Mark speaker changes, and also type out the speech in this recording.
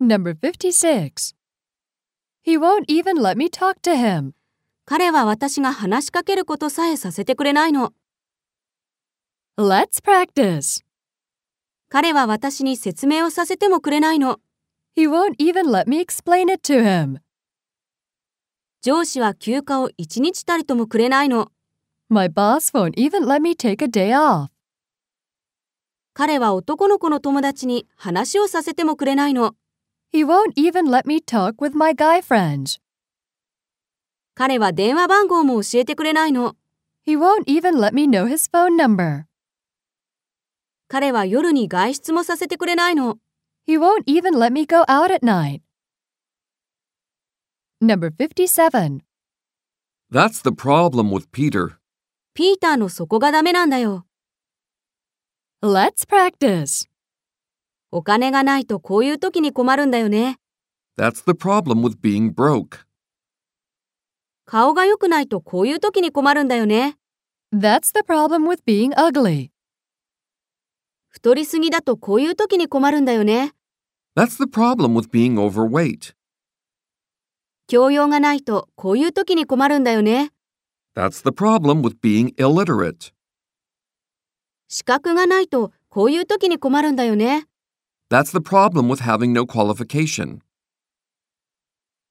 Speaker 1: Number 56. He won't even let me talk to him.
Speaker 2: 彼は私が話しかけることさえさせてくれないの。
Speaker 1: Let's practice.
Speaker 2: 彼は私に説明をさせてもくれないの。
Speaker 1: He won't even let me explain it to him.
Speaker 2: 上司は休暇を一日たりともくれないの。
Speaker 1: My boss won't even let me take a day off.
Speaker 2: 彼は男の子の友達に話をさせてもくれないの。
Speaker 1: He won't even let me talk with my guy friends.
Speaker 2: 彼は電話番号も教えてくれないの。
Speaker 1: He won't even let me know his phone number.
Speaker 2: 彼は夜に外出もさせてくれないの。
Speaker 1: He won't even let me go out at night. Number 57.
Speaker 3: That's the problem with Peter.
Speaker 2: ピーターの底がダメなんだよ。
Speaker 1: Let's practice.
Speaker 2: お金がないとこういう時に困るんだよね。
Speaker 3: That's the problem with being broke.
Speaker 2: 顔が良くないとこういう時に困るんだよね。
Speaker 1: That's the problem with being ugly.
Speaker 2: 太りすぎだとこういう時に困るんだよね。
Speaker 3: That's the problem with being overweight.
Speaker 2: 教養がないとこういう時に困るんだよね。
Speaker 3: That's the problem with being illiterate.
Speaker 2: 資格がないとこういう時に困るんだよね。
Speaker 3: That's the problem with having no qualification.